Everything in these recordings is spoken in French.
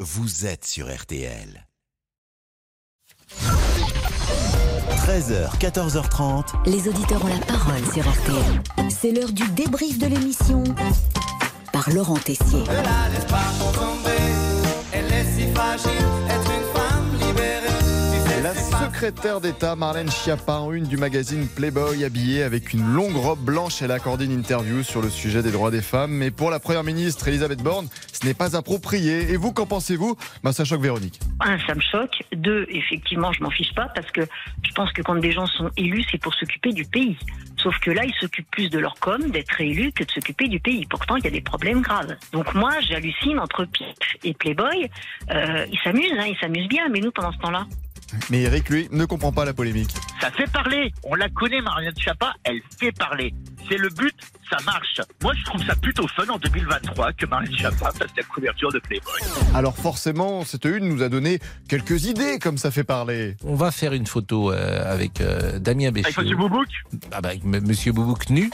vous êtes sur RTL. 13h, 14h30. Les auditeurs ont la parole sur RTL. C'est l'heure du débrief de l'émission par Laurent Tessier. Ne la laisse pas tomber, elle est si fragile, être une femme libérée. Tu sais, La c'est pas secrétaire d'État Marlène Schiappa en une du magazine Playboy habillée avec une longue robe blanche, elle accorde une interview sur le sujet des droits des femmes. Mais pour la première ministre Elisabeth Borne, ce n'est pas approprié. Et vous, qu'en pensez-vous Bah ça choque Véronique. un, ça me choque. Deux, effectivement, je m'en fiche pas parce que je pense que quand des gens sont élus, c'est pour s'occuper du pays. Sauf que là, ils s'occupent plus de leur com, d'être réélus, que de s'occuper du pays. Pourtant, il y a des problèmes graves. Donc moi, j'hallucine entre Pip et Playboy. Euh, ils s'amusent, hein, ils s'amusent bien, mais nous, pendant ce temps-là, Mais Eric, lui, ne comprend pas la polémique. Ça fait parler. On la connaît, Marianne Chapa. Elle fait parler. C'est le but. Ça marche. Moi, je trouve ça plutôt fun en 2023 que Marianne Chapa fasse la couverture de Playboy. Alors forcément, cette une nous a donné quelques idées comme ça fait parler. On va faire une photo euh, avec euh, Damien Avec Béchiot. Monsieur Boubouk Ah bah, avec M- Monsieur Boubouk nu.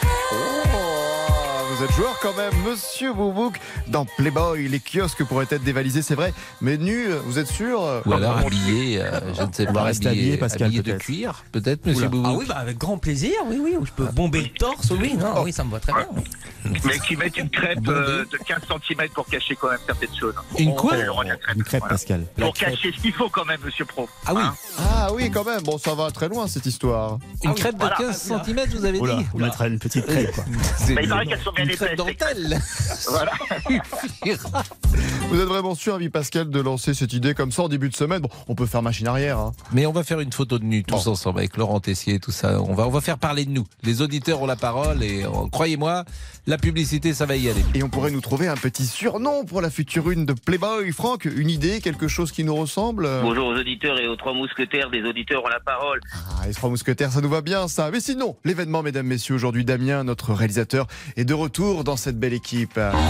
Oh, Vous êtes joueur quand même, monsieur Boubouk. Dans Playboy, les kiosques pourraient être dévalisés, c'est vrai. Mais nu, vous êtes sûr Ah, Ou alors habillé, euh, je ne sais On pas, va rester habillé, Pascal, habillé de peut-être. cuir, peut-être, Monsieur Boubouk. Ah. Ah oui, bah avec grand plaisir, oui, oui, où je peux bomber le torse, oui, non, oui, ça me va très bien. Ah Mais qui mettent une crêpe euh, de 15 cm pour cacher quand même certaines choses. Une quoi Euh, Laurent, la crêpe, Une crêpe, voilà. Pascal. Pour cacher ce qu'il faut quand même, Monsieur Pro. Ah oui, Hein Ah oui, quand même. Bon, ça va très loin cette histoire. une crêpe de voilà. 15 cm, vous avez Oula, dit Ah, on mettra une petite crêpe, quoi. C'est Bah, il paraît qu'elles sont bien une crêpe épaisses. dentelle. Voilà. Suffira. Vous êtes vraiment sûr, ami Pascal, de lancer cette idée comme ça en début de semaine Bon, on peut faire machine arrière. hein. Mais on va faire une photo de nu tous Bon. ensemble avec Laurent Tessier et tout ça. On va, on va faire parler de nous. Les auditeurs ont la parole et euh, croyez-moi, la publicité, ça va y aller. Et on pourrait nous trouver un petit surnom pour la future une de Playboy. Franck, une idée, quelque chose qui nous ressemble euh Bonjour aux auditeurs et aux trois mousquetaires des auditeurs ont la parole. Ah, les trois mousquetaires, ça nous va bien, ça. Mais sinon, l'événement, mesdames, messieurs, aujourd'hui, Damien, notre réalisateur, est de retour dans cette belle équipe. Ah là là,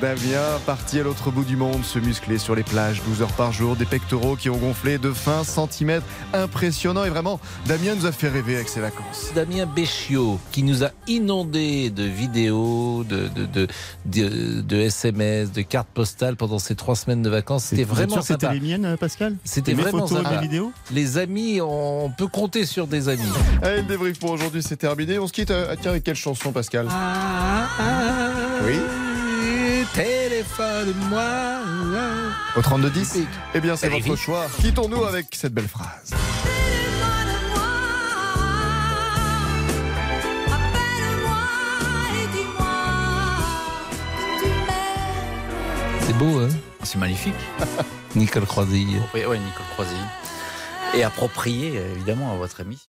Damien, parti à l'autre bout du monde, se muscler sur les plages 12 heures par jour, des pectoraux qui ont gonflé de 20 centimètres. Impressionnant et vraiment, Damien nous a fait rêver avec ses vacances. Damien Béchiot qui nous a inondé de vidéos, de, de, de, de- de SMS, de cartes postales pendant ces trois semaines de vacances. C'était Vous êtes sûr vraiment que C'était sympa. les miennes, euh, Pascal C'était Mes vraiment photos, sympa. mes vidéos Les amis, on peut compter sur des amis. Allez, le débrief pour aujourd'hui, c'est terminé. On se quitte. euh, tiens, avec quelle chanson, Pascal Ah. Oui. Téléphone-moi. Au 32-10 Magnifique. Eh bien, c'est votre Magnifique. choix. Quittons-nous avec cette belle phrase. C'est beau, hein C'est magnifique. Nicole Croisille. Oui, Nicole Croisy. Et approprié, évidemment, à votre ami.